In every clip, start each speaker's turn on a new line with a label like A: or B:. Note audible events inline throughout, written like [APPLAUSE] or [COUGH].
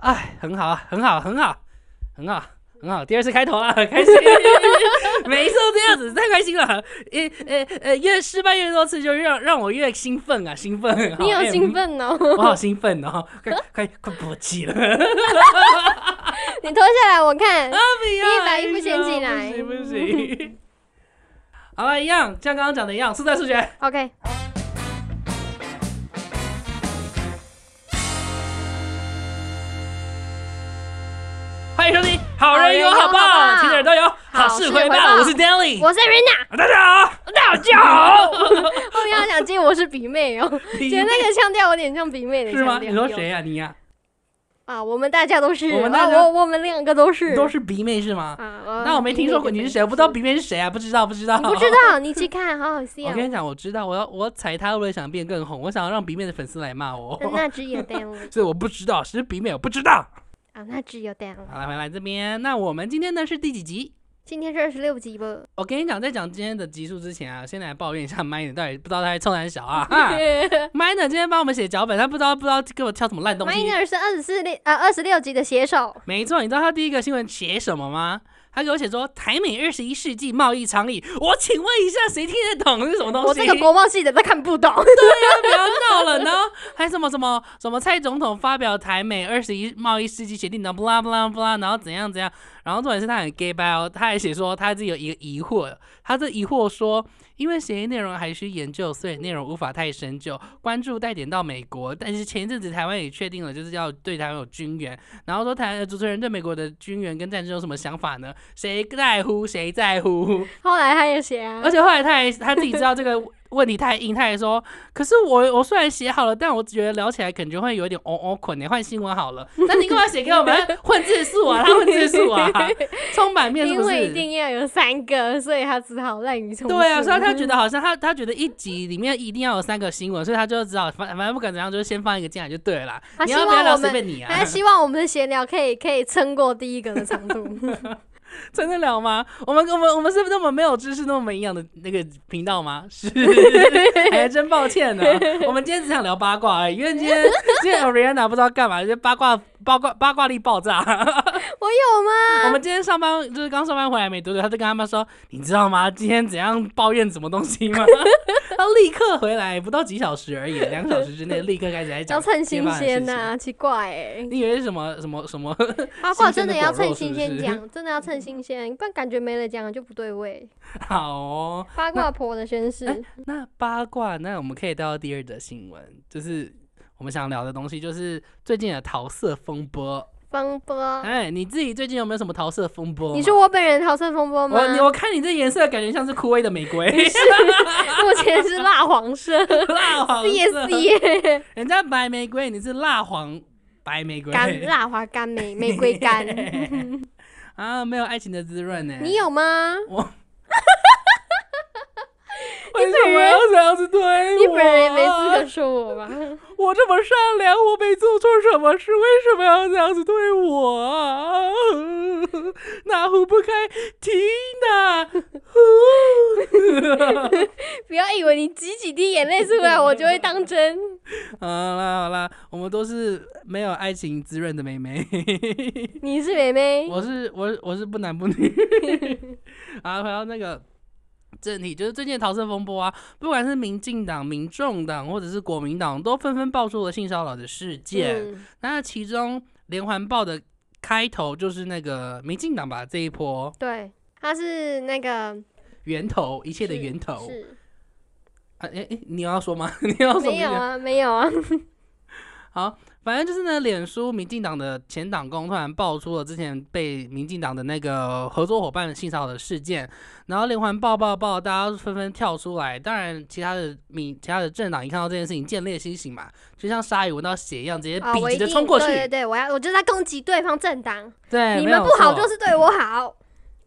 A: 哎，很好啊，很好，很好，很好，很好。第二次开头了，很开心。每一次都这样子，太开心了。呃呃呃，越失败越多次，就让让我越兴奋啊，兴奋。
B: [LAUGHS] 你
A: 好
B: 有
A: 哎
B: 兴奋哦！ [LAUGHS]
A: 我好兴奋哦，快快快勃起了！
B: 你脱下来我看，
A: 你
B: 把衣服掀起来
A: 不行不行。好了，一样，像刚刚讲的一样，速战速决。
B: OK，
A: 欢迎收听《好人有好
B: 好人有好
A: 报》，
B: 报
A: 听的人都有好事回报。我是 Danny，
B: 我是 Rina，
A: 大家好，大家好。
B: 后面要讲接我是比妹
A: [LAUGHS]
B: 哦，觉得那个腔调有点像比妹的
A: 是吗？
B: 腔调。
A: 你说
B: 有
A: 谁呀？你呀，
B: 啊？我们大家都是，
A: 我们
B: 啊
A: 大家
B: 我我们两个都是，
A: 都是鼻妹是吗？
B: 啊。
A: 那我没听说过你是谁，我不知道鼻妹是谁啊，不知道不知道。
B: 你啊不
A: [LAUGHS]
B: 知道，你去看，好好笑
A: 我。跟你讲，我知道，我要我踩他，为了想变更红，我想要让鼻妹的粉丝来骂我，
B: 那只有 Danny
A: [LAUGHS] 所以我不知道，是鼻妹，我不知道。
B: 啊，那只有 Danny。
A: 好了，回来这边，那我们今天呢是第几集？
B: 今天是二十六集吧？
A: 我跟你讲，在讲今天的集数之前啊，先来抱怨一下 [LAUGHS] Minor 到底不知道他在冲哪小
B: [LAUGHS]
A: 啊。哈 Minor 今天帮我们写脚本，他不知道不知道给我挑什么烂东西。
B: Minor 是二十四六呃二十六集的写手，
A: 没错，你知道他第一个新闻写什么吗？他给我写说台美二十一世纪贸易倡议，我请问一下，谁听得懂是什么东西？
B: 我这个国贸系的都看
A: [LAUGHS]
B: 不懂。
A: 不要闹了，然后还什么什么什么蔡总统发表台美二十一贸易世纪协定的，不啦不啦不啦，然后怎样怎样，然后重点是他很 gay 掰哦，他还写说他自己有一个疑惑，他这疑惑说，因为协议内容还需研究，所以内容无法太深究，关注带点到美国，但是前一阵子台湾也确定了，就是要对台湾有军援，然后说台呃主持人对美国的军援跟战争有什么想法呢？谁在乎？谁在乎？
B: 后来他也写啊
A: 而，且后来他还他自己知道这个问题太硬，他还说：“可是我我虽然写好了，但我觉得聊起来感觉会有点哦哦困，你换新闻好了。那你干嘛写给我
B: [LAUGHS]
A: 们混字数啊？他混字数啊，冲版面是
B: 因
A: 不
B: 为一
A: 是？”
B: 定要有三个，所以他只好滥竽充数。
A: 对啊，所以他
B: [LAUGHS]
A: 觉得好像他他觉得一集里面一定要有三个新闻，所以他就知道反反正不管怎样，就是先放一个进来就对了啦。
B: 他
A: 你
B: 希
A: 要不
B: 望
A: 要聊
B: 我
A: 随
B: 们
A: 便你啊？
B: 他哎希望我们的闲聊可以可以撑过第一个的 [LAUGHS] 长度。
A: [LAUGHS] 真的了吗？我们我们我们是那么没有知识、那么没营养的那个频道吗？ [LAUGHS]
B: [LAUGHS]
A: 是，还真抱歉呢、我们今天只想聊八卦而已，因为今天今天 Oriana 不知道干嘛，就八卦八卦八卦力爆炸。
B: [LAUGHS] 我有吗？
A: 我们今天上班就是刚上班回来没多久，他就跟他妈说，你知道吗？今天怎样抱怨什么东西
B: [LAUGHS]
A: 吗？他立刻回来，不到几小时而已，两小时之内立刻开始在
B: [LAUGHS]
A: 讲
B: 要趁
A: 街
B: 新
A: 坊的事
B: 鲜
A: 情。
B: 呐、奇怪哎、
A: 你以为是什么什么什么？ [LAUGHS]
B: 八卦
A: 新
B: 真
A: 鲜的
B: 要
A: 果肉
B: 趁新
A: 是
B: 鲜
A: 不是
B: 讲，真的要趁新鲜，不然感觉没了讲就不对 [LAUGHS] 味。
A: 好哦，
B: 八卦婆的宣誓，
A: 那八卦，那我们可以带到第二则新闻，就是我们想聊的东西，就是最近的桃色风波。
B: 风波。
A: 哎，你自己最近有没有什么桃色风波嘛？
B: 嗯你说我本人逃生风波吗
A: 我？你我看你这颜色，感觉像是枯萎的玫瑰， [LAUGHS]
B: 目前是蜡黄 [LAUGHS] 色，
A: 蜡黄
B: 谢
A: 色。
B: 谢。
A: 人家白玫瑰，你是蜡黄白玫瑰。
B: 干蜡花干玫玫瑰 [LAUGHS] 干，
A: 啊，没有爱情的滋润呢、
B: 你有吗？
A: 为什么要这样子对我？
B: 你本人也没资格说我吧？
A: 我这么善良，我没做错什么事，为什么要这样子对我啊？ [LAUGHS] 哪壶不开提哪 [LAUGHS] 壶。
B: 不要以为你挤几滴眼泪出
A: [LAUGHS]
B: 来，我就会当真。
A: 好啦好啦，我们都是没有爱情滋润的妹妹。
B: 你是妹妹，
A: 我是我是我是不男不女。 [LAUGHS] 啊，回到那个正题，就是最近的桃色风波啊，不管是民进党、民众党或者是国民党，都纷纷爆出了性骚扰的事件。
B: 嗯，
A: 那其中《连环报》的开头就是那个民进党吧这一波
B: 对，她是那个
A: 源头，一切的
B: 是
A: 源头。
B: 是
A: 啊，诶诶，你要说吗？ [LAUGHS] 你要说
B: 没有啊，没有啊，
A: 好，反正就是呢，脸书民进党的前党工突然爆出了之前被民进党的那个合作伙伴性骚扰的事件，然后连环爆爆爆，大家纷纷跳出来。当然，其他的民其他的政党一看到这件事情，见猎心醒嘛，就像鲨鱼闻到血一样，直接
B: 啊，
A: 笔
B: 我
A: 直
B: 一
A: 的
B: 定
A: 冲过去。
B: 对对对，我要我就啊在攻击对方政党，
A: 对，
B: 你
A: 没
B: 们
A: 有
B: 不好
A: 错
B: 就是对我好，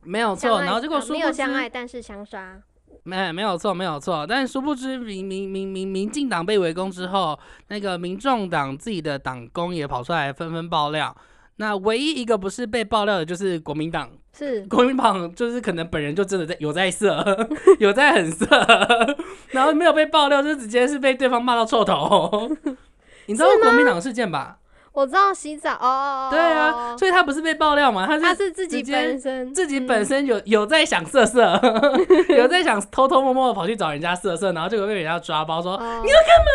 A: 没
B: [LAUGHS]
A: 有
B: 相
A: 错。[LAUGHS]
B: 爱
A: 然后结果
B: 啊
A: 殊
B: 没
A: 不
B: 有
A: 知
B: 相爱，但是相杀，
A: 哎没没有错，没有错。但殊不知民民民民民进党被围攻之后，那个民众党自己的党工也跑出来纷纷爆料。那唯一一个不是被爆料的就是国民党，
B: 是
A: 国民党就是可能本人就真的在有在色， [LAUGHS] 有在很色，然后没 [LAUGHS] 有被爆料，就直接是被对方骂到臭头。你知道国民党事件吧？
B: 我知道洗澡哦哦，哦
A: 对啊，，所以他不是被爆料嘛，他
B: 他
A: 是
B: 是自己
A: 直接
B: 本身
A: 自己本身有有在想色色， [LAUGHS] 有在想偷偷摸摸的跑去找人家色色，然后结果被人家抓包说。
B: 你要干嘛？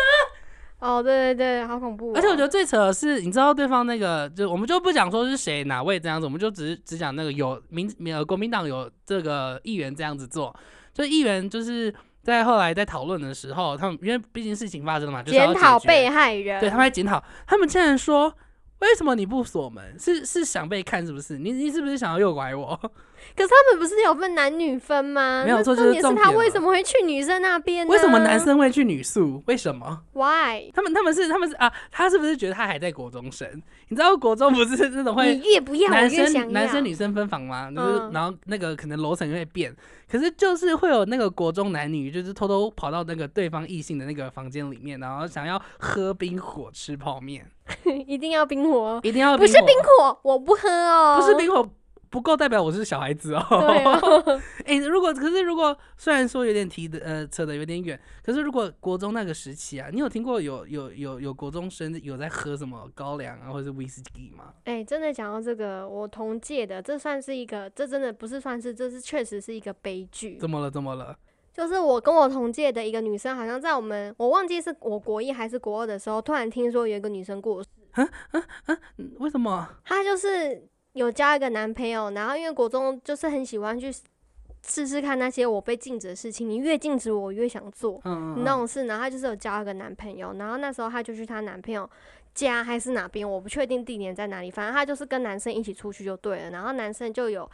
B: 哦，对对对，好恐怖哦、
A: 而且我觉得最扯的是，你知道对方那个，就我们就不讲说是谁哪位这样子，我们就只只讲那个有民民呃国民党有这个议员这样子做，就议员就是在后来在讨论的时候，他们因为毕竟事情发生了嘛，就是要
B: 检讨
A: 解决
B: 被害人，
A: 对他们在检讨，他们竟然说。为什么你不锁门？是是想被看是不是？你你是不是想要诱拐我？
B: 可是他们不是有分男女分吗？
A: 没有
B: 那
A: 错
B: 重
A: 这是
B: 点是
A: 重
B: 他
A: 点了
B: 为什么会去女生那边呢？
A: 为什么男生会去女宿？为什么？
B: ？Why？
A: 他们他们是他们是啊，他是不是觉得他还在国中生？你知道国中不是那种会
B: 你越不要，
A: 男
B: 我越想要
A: 生男生女生分房吗？就是、
B: 嗯
A: 然后那个可能楼层会变，可是就是会有那个国中男女，就是偷偷跑到那个对方异性的那个房间里面，然后想要喝冰火吃泡面，
B: [LAUGHS] 一定要冰火，
A: 一定要
B: 哦不是
A: 火
B: 冰火，我不喝哦，
A: 不是冰火。不够代表我是小孩子哦。
B: 对
A: [LAUGHS]
B: 哦
A: 哎、如果可是如果虽然说有点提的呃扯的有点远，可是如果国中那个时期啊，你有听过有有有有国中生有在喝什么高粱啊或者是威士忌吗？
B: 哎、真的讲到这个，我同届的，这算是一个，这真的不是算是，这是确实是一个悲剧。
A: 怎么了？怎么了？
B: 就是我跟我同届的一个女生，好像在我们我忘记是我国一还是国二的时候，突然听说有一个女生过世，
A: 嗯为什么？
B: 她就是有交一个男朋友，然后因为国中就是很喜欢去试试看那些我被禁止的事情，你越禁止我，我越想做。
A: 嗯，嗯
B: 那种事，然后她就是有交一个男朋友，然后那时候她就去她男朋友家还是哪边，我不确定地点在哪里，反正她就是跟男生一起出去就对了，然后男生就有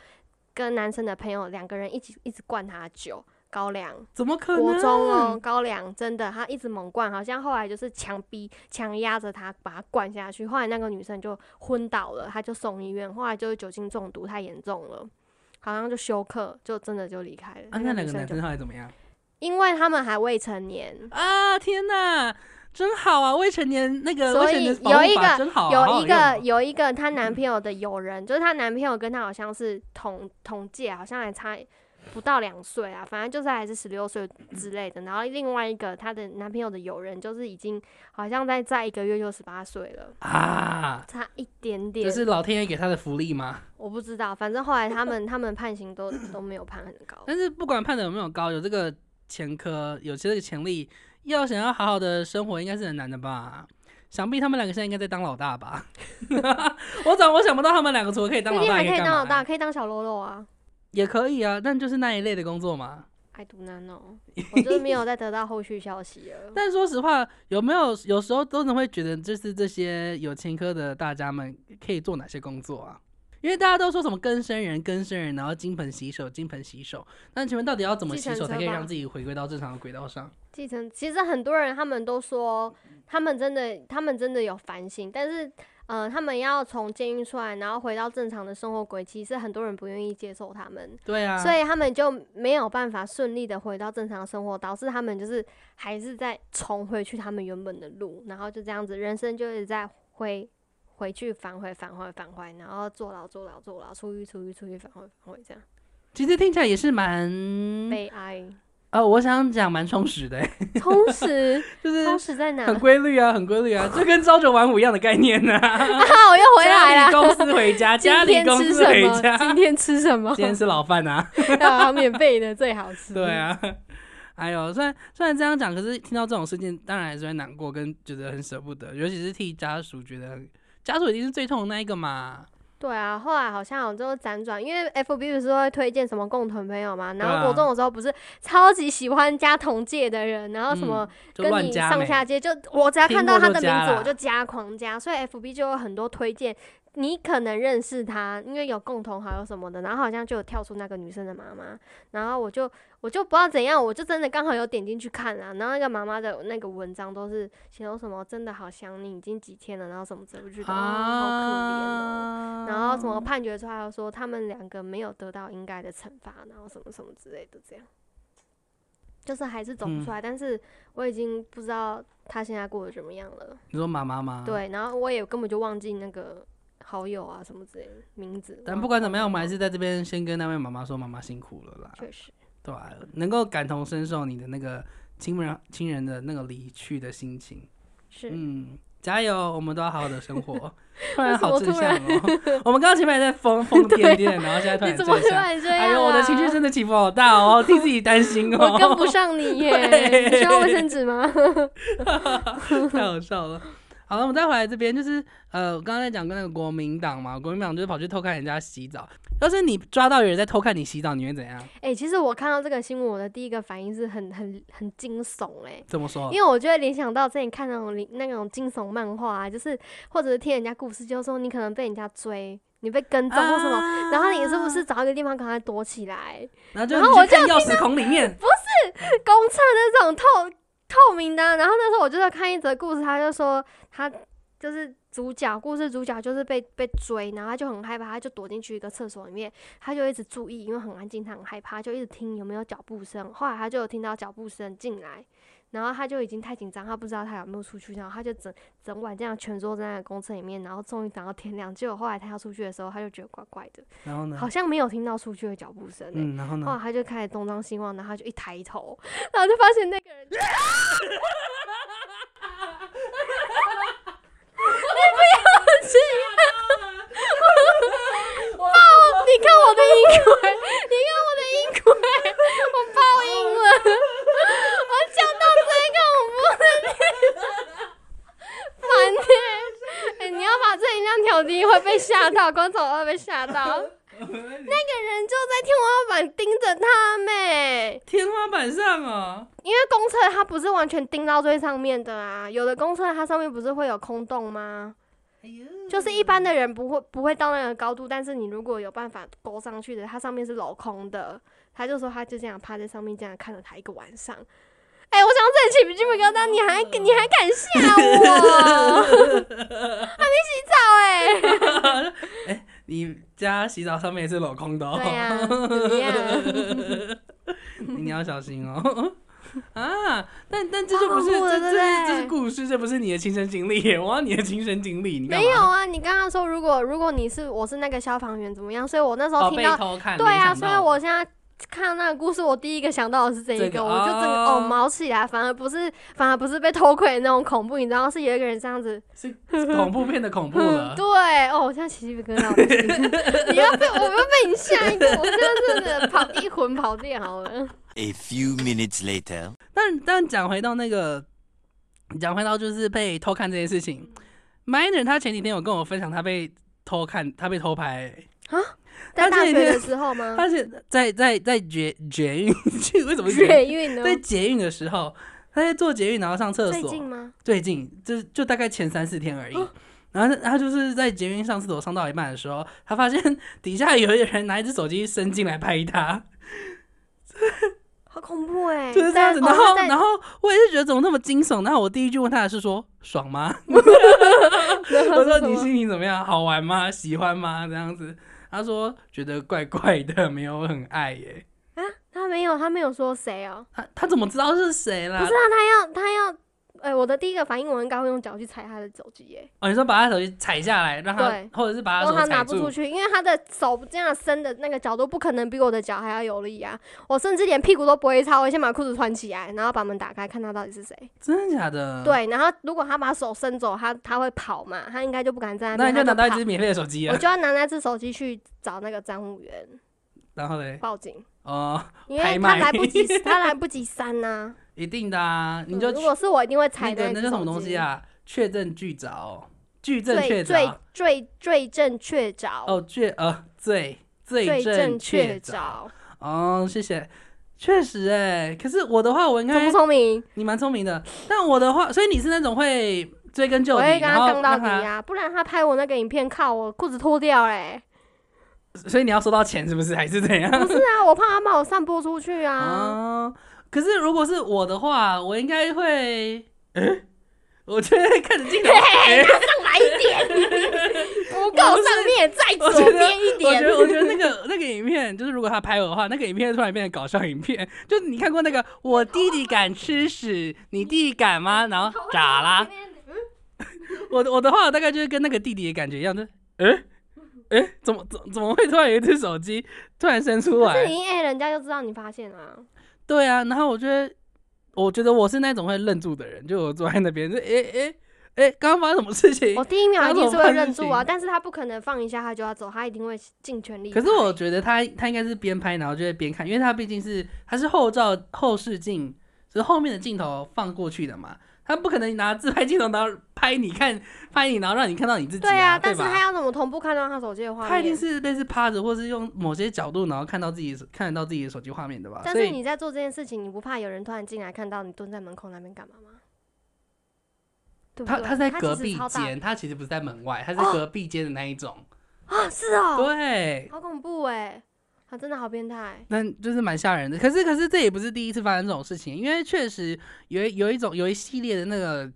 B: 跟男生的朋友两个人一起一直灌她酒。高粱，
A: 怎么可能？
B: 国中哦，高粱真的，她一直猛灌，好像后来就是强逼、强压着她把她灌下去，后来那个女生就昏倒了，她就送医院，后来就是酒精中毒太严重了，好像就休克，就真的就离开了。
A: 啊，那两个
B: 女生
A: 男
B: 就
A: 生后来怎么样？
B: 因为他们还未成年，
A: 啊，天哪，真好啊！未成年那个
B: 所
A: 未成年
B: 以
A: 保护
B: 有一
A: 法
B: 个
A: 真好啊、好
B: 有
A: 好
B: 一
A: 用
B: 个
A: 哦
B: 有一个她男朋友的友人，就是她男朋友跟她好像是同同届，啊好像还差不到两岁啊，反正就是还是十六岁之类的。然后另外一个她的男朋友的友人，就是已经好像在在一个月就十八岁了，
A: 啊，
B: 差一点点。
A: 这是老天爷给他的福利吗？
B: 我不知道，反正后来他们他们判刑都都没有判很高。
A: 但是不管判的有没有高，有这个前科，有这个潜力，要想要好好的生活，应该是很难的吧？想必他们两个现在应该在当老大吧？ [LAUGHS] 我怎我想不到他们两个除了可以当
B: 最
A: 老大，
B: 近还可以
A: 干
B: 当
A: 嘛
B: 老大，可以当小喽啰啊。
A: 也可以啊，但就是那一类的工作嘛。
B: 爱读难哦，我就是
A: [LAUGHS]
B: 没有再得到后续消息了。
A: 但说实话，有没有有时候真的会觉得，就是这些有前科的大家们可以做哪些工作啊？因为大家都说什么更生人、更生人，然后金盆洗手、金盆洗手。那请问到底要怎么洗
B: 计程
A: 手
B: 车
A: 才可以
B: 吧
A: 让自己回归到正常的轨道上？
B: 继承，其实很多人他们都说，他们真的，他们真的有反省，但是，呃，他们要从监狱出来，然后回到正常的生活轨迹，是很多人不愿意接受他们，
A: 对啊，
B: 所以他们就没有办法顺利的回到正常生活，导致他们就是还是在重回去他们原本的路，然后就这样子，人生就是在回回去返回返回返回，然后坐牢坐牢坐牢，出狱出狱出狱返回返回，这样
A: 其实听起来也是蛮……嗯
B: 悲哀， [LAUGHS]
A: 呃，我想讲蛮充实的、欸
B: 充实
A: 就是
B: 充实在哪？
A: 很规律啊，很规律啊，就跟朝九晚五一样的概念呢、啊。
B: 啊，我又 [LAUGHS] 回来
A: 家
B: 了。
A: 里公司回家，
B: 今
A: 家里
B: 天
A: 公
B: 吃
A: 司
B: 什
A: 回
B: 么？
A: 家，
B: 今天吃什么？
A: 今天吃老饭啊。
B: 啊，免费的最好 [LAUGHS] 吃。
A: 对，啊，哎呦，虽然虽然这样讲，可是听到这种事情，当然还是会难过，跟觉得很舍不得，尤其是替家属觉得很，家属一定是最痛的那一个嘛。
B: 对啊。后来好像我就辗转，因为 FB 不是会推荐什么共同朋友嘛，
A: 对
B: 然
A: 啊
B: 后国中的时候不是超级喜欢加同届的人，然后什么
A: 就
B: 跟
A: 乱
B: 你
A: 加
B: 上
A: 没
B: 下街，就我只要看到他的
A: 听过就加
B: 名字
A: 啦
B: 我就加狂加，所以 FB 就有很多推荐。你可能认识他，因为有共同好友什么的，然后好像就有跳出那个女生的妈妈，然后我就我就不知道怎样，我就真的刚好有点进去看啦，然后那个妈妈的那个文章都是写到什么真的好想你，已经几天了，然后什么之类，我就觉得、哦、好可怜哦。
A: 啊
B: 然后什么判决出来又说他们两个没有得到应该的惩罚，然后什么什么之类的，这样就是还是走不
A: 嗯
B: 出来，但是我已经不知道他现在过得怎么样了。
A: 你说妈妈吗？。
B: 对，然后我也根本就忘记那个好友啊什么之类的名字。
A: 但不管怎么样，我们还
B: 是
A: 是在这边先跟那位妈妈说，妈妈辛苦了啦，
B: 确实
A: 对吧、能够感同身受你的那个亲人亲人的那个离去的心情，
B: 是。
A: 嗯，加油，我们都要好好的生
B: [LAUGHS]
A: 活。突然
B: 为什
A: 好
B: 么
A: 正
B: 突
A: 向
B: [LAUGHS]
A: 哦！我们刚刚前面还在疯疯
B: 对啊
A: 癫癫，然后现在突
B: 你
A: 然
B: 怎么
A: 正
B: [LAUGHS] 突
A: 向。
B: 然这样、啊？
A: 哎呦，我的情绪真的起伏好大
B: [LAUGHS]
A: 哦，替自己担心哦。
B: 我跟不上你
A: [LAUGHS]
B: 耶，
A: 对
B: 你需要卫生纸吗？ [LAUGHS]
A: [LAUGHS] 太好笑了。好了，我们再回来这边，就是呃，我刚刚在讲跟那个国民党嘛，国民党就是跑去偷看人家洗澡。要是你抓到有人在偷看你洗澡，你会怎样？
B: 哎、其实我看到这个新闻，我的第一个反应是很很很惊悚哎、
A: 怎么说？
B: 因为我就会联想到之前看那种灵那种惊悚漫画啊，就是或者是听人家故事，就是说你可能被人家追，你被跟踪或什么，
A: 啊
B: 然后你是不是找一个地方赶快躲起来？
A: 然后就
B: 然后
A: 你去
B: 我
A: 看
B: 就
A: 钥匙孔里面，
B: 公厕那种透透明的啊、然后那时候我就在看一则故事，他就说他就是主角，故事主角就是被被追，然后他就很害怕，他就躲进去一个厕所里面，他就一直注意，因为很安静，他很害怕，就一直听有没有脚步声。后来他就有听到脚步声进来。然后他就已经太紧张，他不知道他有没有出去，然后他就整整晚这样蜷缩在那个公厕里面，然后终于等到天亮。结果后来他要出去的时候，他就觉得怪怪的，
A: 然后
B: [LAUGHS]
A: 呢
B: 好？像没有听到出去的脚步声、欸。
A: 嗯，然后
B: 哇，
A: 呢？
B: 他就开始东张西望，然后他就一抬头，然后就发现那个人，你不要，这样，爆！你看我的音轨，你看我的音轨，我爆音了，我讲到这个我不能烦呢、哎、你要把这音量调低，会被吓到，观众会被吓到。那个人就在天花板盯着他们，
A: 天花板上哦，
B: 因为公厕它不是完全盯到最上面的啊，有的公厕它上面不是会有空洞吗？
A: 哎呦
B: 就是一般的人不会不会到那个高度，但是你如果有办法勾上去的，它上面是镂空的。他就说他就这样趴在上面，这样看了他一个晚上。哎、我想到这里起鸡皮疙瘩，你还你还敢吓 [LAUGHS] 我？还没洗啊澡哎、
A: 你家洗澡上面也是镂空的哦。
B: 对呀、怎么样？
A: [LAUGHS] 你要小心哦。 [LAUGHS] 啊，但但这就不是
B: 好恐怖
A: 这这
B: 的对不
A: 是
B: 对
A: 这是故事，这不是你的亲身经历耶，我要你的亲身经历，你干嘛
B: 没有啊，你刚刚说如果如果你是我是那个消防员怎么样，所以我那时候
A: 哦
B: 听
A: 被
B: 到，
A: 偷看，
B: 对啊，
A: 联想
B: 所
A: 到
B: 以我
A: [LAUGHS]
B: 现在看那个故事，我第一个想到的是这一个，
A: 这个
B: 我就整个
A: 哦
B: 哦毛起来，反而不是反而不是被偷窥的那种恐怖，你知道是有一个人这样子，
A: 是恐怖片的恐怖
B: 嗯，
A: 了。 [LAUGHS]
B: 对，哦，我现在起鸡皮疙瘩，我不行你要被我要被你吓一个，我现在真的跑一魂跑掉好
A: [LAUGHS]
B: 了，
C: A few minutes later.
A: 但但讲回到那个，讲回到就是被偷看这件事情，Miner 他前几天有跟我分享他被偷看，他被偷拍、
B: 在
A: 他这
B: 大
A: 里
B: 学
A: 面
B: 的时候吗？
A: 他是在在在捷捷运， [LAUGHS] 为什么是捷
B: 学
A: 运？
B: 运呢？
A: 在捷运的时候，他在做捷运，然后上厕
B: 最
A: 所
B: 近，吗？
A: 最近就是就大概前三四天而已。
B: 哦
A: 然后他他就是在捷运上厕所上到一半的时候，他发现底下有一个人拿一只手机伸进来拍他，
B: 好恐怖哎、
A: 就是这样子。
B: 在
A: 然
B: 哦
A: 后
B: 在
A: 然后我也是觉得怎么那么惊悚。然后我第一句问他的是说爽吗？ [LAUGHS]
B: 然后
A: 我说
B: 是什
A: 你
B: 么
A: 心情怎么样？好玩吗？喜欢吗？这样子。他说觉得怪怪的，没有很爱耶。
B: 啊，他没有，他没有说谁哦、
A: 他他怎么知道是谁啦？
B: 不是啊，他要他要，哎、我的第一个反应我应该会用脚去踩他的手机耶，
A: 哦，你说把他手机踩下来，让他
B: 对
A: 或者是把他
B: 然后
A: 手
B: 他
A: 踩
B: 拿不
A: 住
B: 出。去，因为他的手这样伸的那个角度不可能比我的脚还要有力啊，我甚至连屁股都不会擦，我先把裤子穿起来，然后把门打开，看他到底是谁。
A: 真的假的？，
B: 对，然后如果他把手伸走，他他会跑嘛，他应该就不敢站在
A: 那
B: 那
A: 你就
B: 边，
A: 拿
B: 他
A: 到一
B: 跑
A: 只免费的手机 [LAUGHS]
B: 我
A: 啊。
B: 就要拿那只手机去找那个站务员
A: 然后嘞，
B: 报警，
A: 哦，
B: 因
A: 拍
B: 为他
A: 卖
B: 来不及，他来不及删呐、
A: 一定的啊， [LAUGHS] 你
B: 嗯
A: 就
B: 如果是我，一定会踩
A: 那个
B: 一
A: 那
B: 只
A: 叫什
B: 手
A: 么东
B: 机
A: 西啊？确证确凿，据证确
B: 最最
A: 凿。
B: 最最正确凿，
A: 哦，确呃罪罪
B: 最
A: 证
B: 正
A: 确
B: 确
A: 凿。
B: 凿，
A: 哦，谢谢。确实哎，可是我的话，我应
B: 聪
A: 该
B: 不聪明？
A: 你蛮聪明的，但我的话，所以你是那种会追根究
B: 我
A: 底，
B: 会跟
A: 然
B: 他
A: 后
B: 杠到
A: 让
B: 底
A: 他，
B: 啊！不然他拍我那个影片，靠我裤子脱掉
A: [LAUGHS]
B: 嘞！
A: 所以你要收到钱是不是？还是怎样？
B: 不是啊，我怕他把我散播出
A: [LAUGHS]
B: 去啊！
A: 啊，可是如果是我的话，我应该会，诶我觉得看着镜
B: [LAUGHS]
A: 头，诶
B: 上来一点，
A: [LAUGHS]
B: 不够上面，再
A: 我
B: 左
A: 觉得
B: 边 [LAUGHS] 一
A: 我觉
B: 点。
A: 得我觉得那个那个影片，就是如果他拍我的话，那个影片突然变成搞笑影片，就是你看过那个我弟弟敢吃屎，你弟弟敢吗？然后咋啦？
B: 嗯
A: [LAUGHS] 我的我的话大概就是跟那个弟弟的感觉一样，就是，诶诶，怎么怎怎么会突然有一只手机突然伸出
B: 可是
A: 来？
B: 你一 A 人家就知道你发现啊，
A: 对啊，然后我觉得，我觉得我是那种会愣住的人，就我坐在那边就诶诶诶，哎，刚刚发生什么事情
B: 我？第一秒
A: 那
B: 一定
A: 怎
B: 是
A: 么
B: 会
A: 办
B: 认
A: 事
B: 住
A: 情
B: 啊，但是他不可能放一下他就要走，他一定会尽全力拍。
A: 可是我觉得他他应该是边拍，然后就会边看，因为他毕竟是他是后照后视镜，就是后面的镜头放过去的嘛，他不可能拿自拍镜头然后拍你看拍你，然后让你看到你自己
B: 对啊，
A: 对
B: 但是他
A: 吧？
B: 要怎么同步看到他手机的画面？
A: 他一定是类似趴着，或是用某些角度，然后看到自己看得到自己的手机画面的吧？
B: 但
A: 啊所
B: 是
A: 以
B: 你在做这件事情，你不怕有人突然进来看到你蹲在门口那边干嘛吗？对不
A: 他
B: 对
A: 他在
B: 其
A: 隔
B: 实
A: 壁
B: 超大
A: 间，他其实不是在门外，他是
B: 哦
A: 隔壁间的那一种。
B: 啊，是哦，
A: 对，
B: 好恐怖哎，他真的好变态。
A: 但就是蛮吓人的。可是可是这也不是第一次发生这种事情，因为确实有一有一种有一系列的那个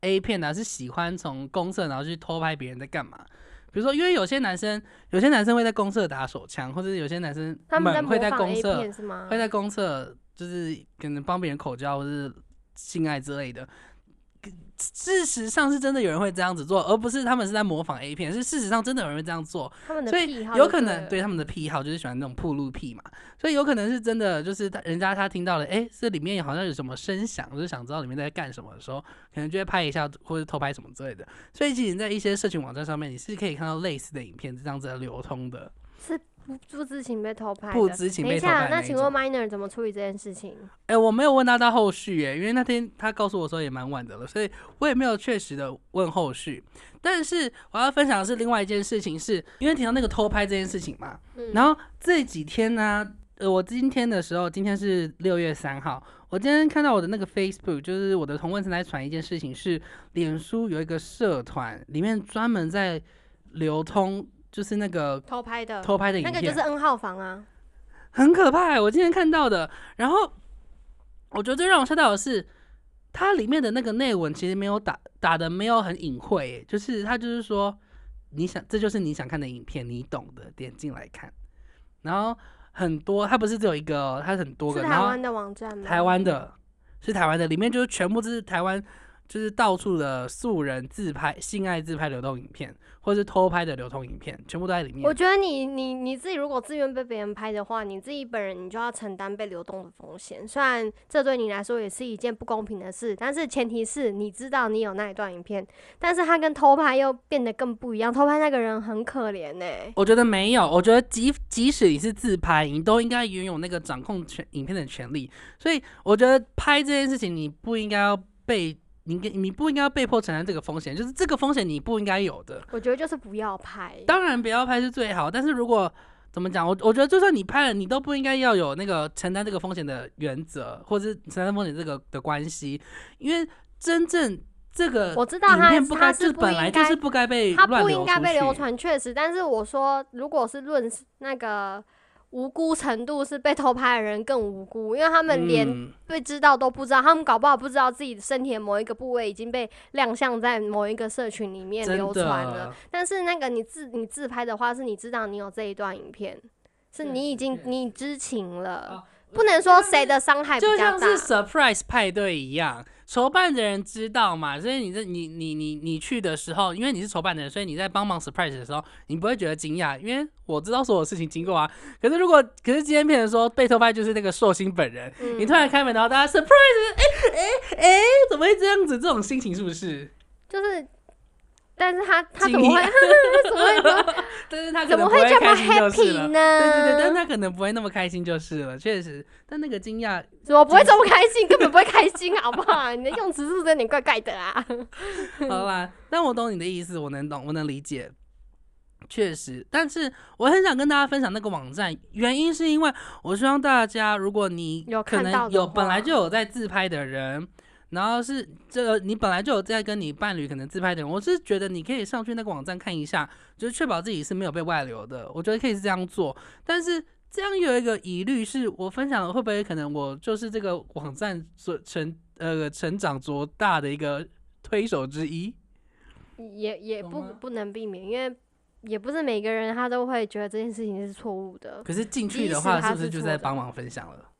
A: A 片呢、是喜欢从公社然后去偷拍别人在干嘛。比如说，因为有些男生，有些男生会在公社打手枪，或者有些男生
B: 他们在
A: 们
B: 模
A: 会在
B: 仿
A: 公
B: A
A: 社
B: 片是吗
A: 会？在公厕就是可能帮别人口交或是性爱之类的。事实上是真的有人会这样子做，而不是他们是在模仿 A 片，是事实上真的有人会这样做，
B: 他们的
A: 所
B: 癖
A: 以
B: 好
A: 有
B: 就
A: 可
B: 了
A: 能对他们的癖好就是喜欢那种铺路癖嘛，所以有可能是真的，就是他人家他听到了，哎、这里面好像有什么声响，就是想知道里面在干什么的时候，可能就会拍一下或者偷拍什么之类的。所以其实，在一些社群网站上面，你是可以看到类似的影片这样子的流通的，
B: 不不知情被偷拍的。
A: 不知情
B: 等
A: 被
B: 一
A: 偷拍
B: 下，啊
A: 的那
B: 那
A: 一
B: 请
A: 种
B: 问 Minor 怎么处理这件事情？
A: 哎、我没有问他到后续、哎，因为那天他告诉我的时候也蛮晚的了，所以我也没有确实的问后续。但是我要分享的是另外一件事情是，因为提到那个偷拍这件事情嘛，
B: 嗯
A: 然后这几天呢、呃，我今天的时候，今天是六月三号，我今天看到我的那个 Facebook，就是我的同温层在传一件事情，是脸书有一个社团，里面专门在流通，就是那个
B: 偷拍的，
A: 偷拍的影
B: 那
A: 片，
B: 个就是 N 号房啊。
A: 很可怕、欸我今天看到的。然后我觉得最让我吓到的是，它里面的那个内文其实没有打打的没有很隐晦耶、就是它就是说你想这就是你想看的影片，你懂的，点进来看。然后很多，它不是只有一个哦、它很多
B: 是
A: 个，
B: 台
A: 然后
B: 湾的网站吗？
A: 台湾的，是台湾的，里面就是全部就是台湾，就是到处的素人自拍、性爱自拍流动影片，或是偷拍的流通影片，全部都在里面
B: 我。觉得你你你自己如果自愿被别人拍的话，你自己本人你就要承担被流动的风险。虽然这对你来说也是一件不公平的事，但是前提是你知道你有那一段影片。但是它跟偷拍又变得更不一样，偷拍那个人很可怜呢、
A: 我觉得没有，我觉得即即使你是自拍，你都应该拥有那个掌控权影片的权利。所以我觉得拍这件事情，你不应该要被你跟你不应该要被迫承担这个风险，就是这个风险你不应该有的。
B: 我觉得就是不要拍。
A: 当然不要拍是最好，但是如果怎么讲，我我觉得就算你拍了，你都不应该要有那个承担这个风险的原则，或者是承担风险这个的关系，因为真正这个
B: 我知道
A: 影
B: 他
A: 片不该，
B: 他
A: 就是本来就
B: 应该
A: 是不该被
B: 它
A: 乱
B: 不
A: 流
B: 应该被
A: 出
B: 流
A: 去
B: 传，确实。但是我说，如果是论那个无辜程度，是被偷拍的人更无辜，因为他们连
A: 嗯
B: 被知道都不知道，他们搞不好不知道自己身体的某一个部位已经被亮相在某一个社群里面
A: 真
B: 流传了
A: 的。。
B: 但是那个你自你自拍的话，是你知道你有这一段影片，是
A: 确
B: 你已
A: 实
B: 经
A: 确
B: 你知情
A: 哦
B: 了，不能说谁的伤害比
A: 就
B: 较
A: 像
B: 大。
A: 是 surprise 派对一样，筹办的人知道嘛，所以你这你你你你去的时候，因为你是筹办的人，所以你在帮忙 surprise 的时候，你不会觉得惊讶，因为我知道所有事情经过啊。可是如果可是今天变成说被偷拍就是那个寿星本人，
B: 嗯
A: 你突然开门，然后大家 surprise，哎哎哎，怎么会这样子？这种心情是不是？
B: 就是，但是他他
A: 惊
B: 怎么会
A: 讶
B: 怎么会怎么
A: 但是他 [LAUGHS] 可
B: [LAUGHS] 怎
A: 能
B: 么
A: 不会
B: 这么
A: 开心就是了
B: happy。呢？
A: 对对对，但他可能不会那么开心就是了，确实。但那个惊讶
B: 我不会这么开心，根本不会开心，好不好？你的用词是不是有点怪怪的啊？ [LAUGHS]
A: 好啦，但我懂你的意思，我能懂，我能理解。确实，但是我很想跟大家分享那个网站，原因是因为我希望大家，如果你
B: 有
A: 可
B: 看到
A: 能
B: 的
A: 有本来
B: 话
A: 就有在自拍的人，然后是这个你本来就有在跟你伴侣可能自拍的人，我是觉得你可以上去那个网站看一下，就是确保自己是没有被外流的，我觉得可以是这样做。但是这样有一个疑虑是，我分享了会不会可能我就是这个网站所成呃成长卓大的一个推手之一？
B: 也也不
A: 懂吗
B: 不能避免，因为也不是每个人他都会觉得这件事情是错误的。
A: 可是进去
B: 即
A: 的
B: 使
A: 话，
B: 他
A: 是不
B: 是
A: 是就
B: 错
A: 在
B: 的
A: 帮忙分享了？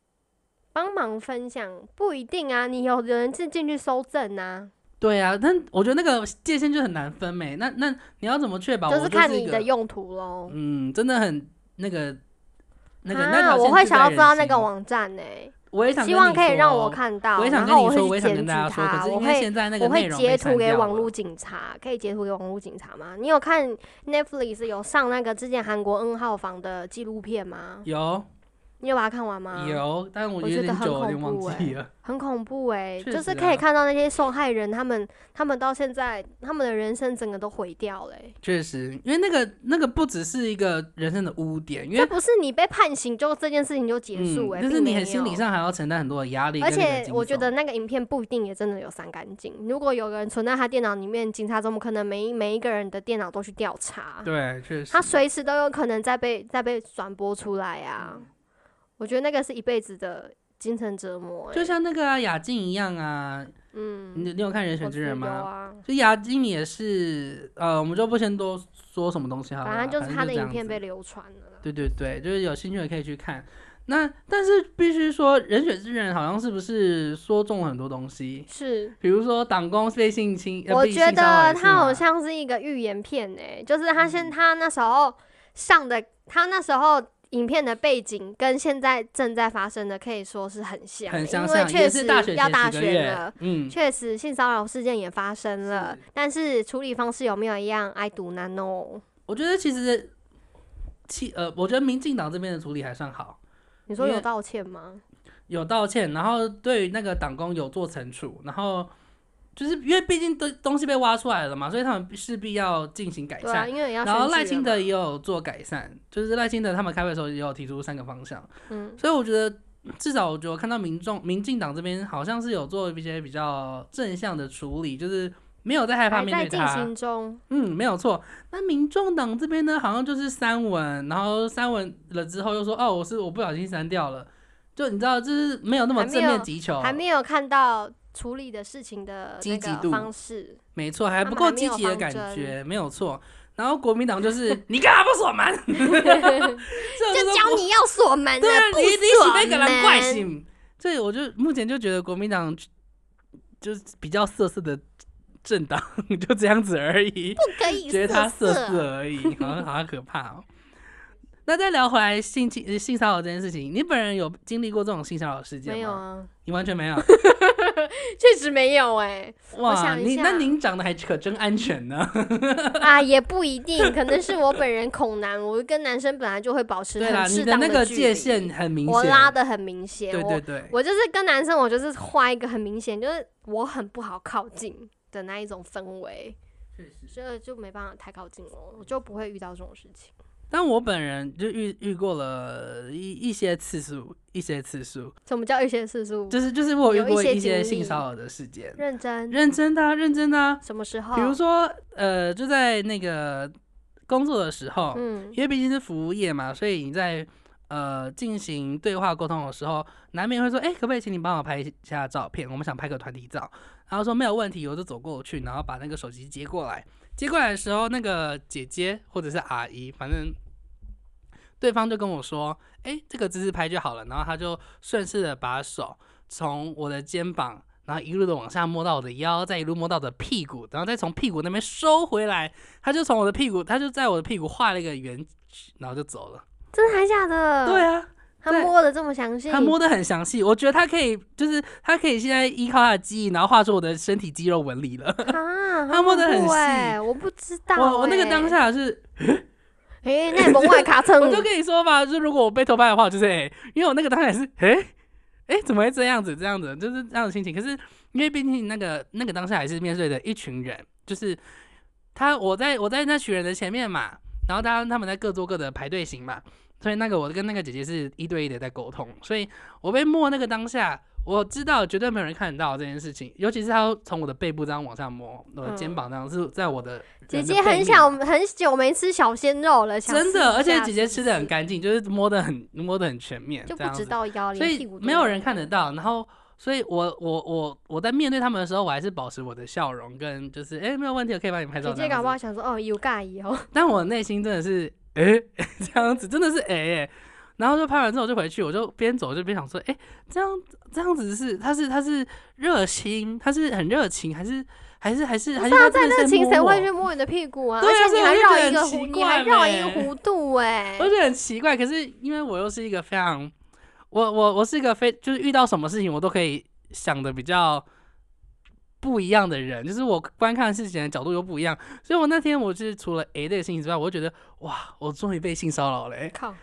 B: 帮忙分享不一定啊，你有的人是进去搜证啊，
A: 对啊，但我觉得那个界限就很难分诶、那那你要怎么确保？啊我
B: 就是看
A: 是一
B: 你
A: 个嗯
B: 的用途喽。
A: 嗯，真的很那个那个、那
B: 啊，
A: 条线
B: 我会
A: 是
B: 想
A: 在
B: 要
A: 人
B: 知道那
A: 心
B: 个
A: 的
B: 网站呢、
A: 我也想
B: 希
A: 跟
B: 望
A: 你
B: 可以让
A: 说哦
B: 我看到，
A: 我也想
B: 然
A: 跟
B: 后
A: 你
B: 会
A: 说，
B: 去
A: 我也想
B: 检
A: 跟
B: 举
A: 大家说，可
B: 他，
A: 是
B: 我
A: 因
B: 会
A: 为现在那个
B: 我
A: 内
B: 会
A: 容
B: 截
A: 被
B: 图
A: 删
B: 给
A: 掉
B: 网
A: 了
B: 络警察，可以截图给网络警察吗？你有看 Netflix 有上那个之前韩国 N 号房的纪录片吗？
A: 有
B: 你有把它看完吗？，
A: 有，但我
B: 嗯我
A: 觉得有
B: 觉
A: 点
B: 得很
A: 久了，有点
B: 恐怖欸
A: 忘记了。
B: 很恐怖哎、
A: 确
B: 就是
A: 实
B: 可以
A: 啊
B: 看到那些受害人，他们他们到现在他们的人生整个都毁掉了欸、
A: 确实，因为那个那个不只是一个人生的污点，因
B: 这
A: 为
B: 不是你被判刑就这件事情就结束
A: 嗯，
B: 哎、
A: 就
B: 并
A: 是你
B: 没
A: 很心
B: 有
A: 理上还要承担很多的压力，
B: 而且我觉得。那个影片不一定也真的有删干净。如果有个人存在他电脑里面，警察怎么可能每一每一个人的电脑都去调查？
A: 对，确实
B: 啊他，随时都有可能再被再被转播出来啊！
A: 嗯
B: 我觉得那个是一辈子的精神折磨、欸。
A: 就像那个啊雅静一样啊，
B: 嗯，
A: 你你有看《人选
B: 我
A: 之
B: 自
A: 人》
B: 由
A: 吗？
B: 啊，
A: 就雅静也是，呃，我们就不先多说什么东西好了啦，
B: 反正就是他的
A: 这
B: 影
A: 样
B: 片
A: 子
B: 被流传了啦。
A: 对对对，就是有兴趣的可以去看。那但是必须说，《人选之人》好像是不是说中了很多东西？
B: 是，
A: 比如说党工被性侵，呃
B: 我
A: 被性
B: 觉
A: 骚扰
B: 得
A: 也是嗯
B: 他好
A: 嘛
B: 像是一个预言片哎、就是他现他那时候上的，他那时候影片的背景跟现在正在发生的可以说是很像欸、
A: 很相
B: 因为
A: 像，
B: 确
A: 也是
B: 实
A: 大学
B: 要
A: 前
B: 大
A: 几个
B: 学
A: 月
B: 了。，
A: 嗯，
B: 确实，性骚扰事件也发生了
A: 是，
B: 但是处理方式有没有一样？I do not know。
A: 我觉得其实，其呃，我觉得民进党这边的处理还算好，
B: 你说
A: 因
B: 有
A: 为
B: 道歉吗？
A: 有道歉，然后对于那个党工有做惩处，然后就是因为毕竟东东西被挖出来了嘛，所以他们势必要进行改
B: 对啊，
A: 善。
B: 因为也要
A: 然后
B: 选
A: 赖
B: 举
A: 清
B: 了
A: 德
B: 嘛
A: 也有做改善，就是赖清德他们开会的时候也有提出三个方向，
B: 嗯，
A: 所以我觉得至少我觉得我看到民众民进党这边好像是有做一些比较正向的处理，就是没有在害怕
B: 还
A: 面
B: 在
A: 对
B: 进
A: 他。
B: 行中，
A: 嗯，没有错。那民众党这边呢，好像就是删文，然后删文了之后又说，哦，我是我不小心删掉了，就你知道，就是没有那么
B: 还没
A: 正面
B: 有
A: 击球，
B: 还没有看到处理的事情的
A: 哦积
B: 那
A: 极
B: 个
A: 度
B: 方式。
A: 没错，还
B: 他
A: 不
B: 们
A: 够
B: 还没
A: 积
B: 有
A: 极的
B: 方
A: 感
B: 针
A: 觉，没有错。然后国民党就是你干嘛不锁
B: [LAUGHS]
A: 门？这
B: 就教你要锁门啊，
A: 对啊，
B: 不
A: 你你
B: 锁
A: 是被个
B: 门。
A: 人怪醒。所以我就目前就觉得国民党就是比较色色的政党， [LAUGHS] 就这样子而已。
B: 不可以
A: 觉得他色
B: 色
A: 色而已，好像好像可怕哦。那再聊回来性侵呃性骚扰这件事情，你本人有经历过这种性骚扰事件吗？
B: 没有啊，
A: 你完全
B: [LAUGHS]
A: 没有。
B: 确实没有
A: [LAUGHS]
B: 哎、
A: 哇，
B: 想一
A: 你
B: 下
A: 那您长得还可真安全呢。
B: 啊也不一定，可能是我本人恐男，我跟男生本来就会
A: [LAUGHS]
B: 保持
A: 对啦，
B: 很
A: 你
B: 适
A: 的
B: 当
A: 那个
B: 距
A: 界
B: 离
A: 限很明显，
B: 我拉的很明显，
A: 对对对
B: 我我就是跟男生，我就是画一个很明显，就是我很不好靠近的那一种氛围，所以就没办法太靠近我，我就不会遇到这种事情。
A: 但我本人就遇遇过了一一些次数，一些次数，
B: 什么叫一些次数？
A: 就是就是我有
B: 有
A: 遇
B: 一
A: 过
B: 些
A: 一些
B: 经
A: 性
B: 历
A: 骚扰的事件，
B: 认真？
A: 认真的啊、认真的啊、
B: 什么时候？
A: 比如，说呃，就在那个工作的时候，
B: 嗯，
A: 因为毕竟是服务业嘛，所以你在呃进行对话沟通的时候，难免会说，哎、可不可以请你帮我拍一下照片？我们想拍个团体照。然后说没有问题，我就走过去，然后把那个手机接过来。接过来的时候，那个姐姐或者是阿姨，反正对方就跟我说，哎、这个姿势拍就好了。然后他就顺势的把手从我的肩膀。然后一路的往下摸到我的腰，再一路摸到我的屁股，然后再从屁股那边收回来，他就从我的屁股，他就在我的屁股画了一个圆，然后就走了。
B: 真的还假的？
A: 对啊，
B: 他
A: 对
B: 摸的这么详细，
A: 他摸得很详细，我觉得他可以，就是他可以现在依靠他的记忆，然后画出我的身体肌肉纹理了。
B: 啊，
A: [LAUGHS] 他摸得很
B: 恐怖
A: 细
B: 欸我不知道欸、
A: 我我那个当下是，
B: 诶，那门外卡
A: [LAUGHS]
B: 蹭，
A: 我就跟你说吧，就是如果我被偷拍的话，就是哎、因为我那个当下是 [LAUGHS] 哎哎、怎么会这样子这样子，就是这样的心情。可是因为毕竟那个那个当下还是面对的一群人，就是他我在我在那群人的前面嘛，然后他他们在各做各的排队型嘛，所以那个我跟那个姐姐是一对一的在沟通，所以我被摸那个当下，我知道绝对没有人看得到这件事情，尤其是他从我的背部这样往下摸，我的肩
B: 嗯
A: 膀这样是在我的
B: 姐
A: 人的
B: 姐
A: 背
B: 很
A: 面
B: 想很久没吃小鲜肉了，想
A: 真
B: 试
A: 的，
B: 一
A: 而且
B: 下
A: 姐姐吃的很
B: 是
A: 干净，就是摸的很摸的很全面，
B: 不是
A: 这
B: 就不
A: 样
B: 知
A: 子，
B: 道腰，
A: 所
B: 连屁
A: 以
B: 股都
A: 没有人看得。到。然后，所以我我我我在面对他们的时候，我还是保持我的笑容，跟就是哎、没有问题，我可以帮你拍照
B: 姐
A: 这
B: 姐搞
A: 样
B: 不好
A: 子。
B: 想说，哦，有尬以哦，
A: 但我内心真的是哎、 [LAUGHS] 这样子，真的是哎、哎然后就拍完之后就回去，我就边走就边想说，哎、这样这样子是他是他是热心，他是很热情，还是还是还是还是他 [LAUGHS] 在
B: 那啊情谁
A: 摸
B: 会
A: 我
B: 去摸你的屁股啊？
A: 对啊
B: 而且你还
A: 所以我就觉
B: 绕
A: 得
B: 一个
A: 很
B: 弧，
A: 奇
B: 你还
A: 怪欸
B: 绕一个
A: 呗
B: 弧度哎、
A: 我觉得很奇怪，可是因为我又是一个非常，我我我是一个非就是遇到什么事情我都可以想的比较不一样的人，就是我观看事情的角度又不一样，所以我那天我是除了 A 类的心情之外，我就觉得哇，我终于被性骚扰了、欸， [LAUGHS]
B: 靠！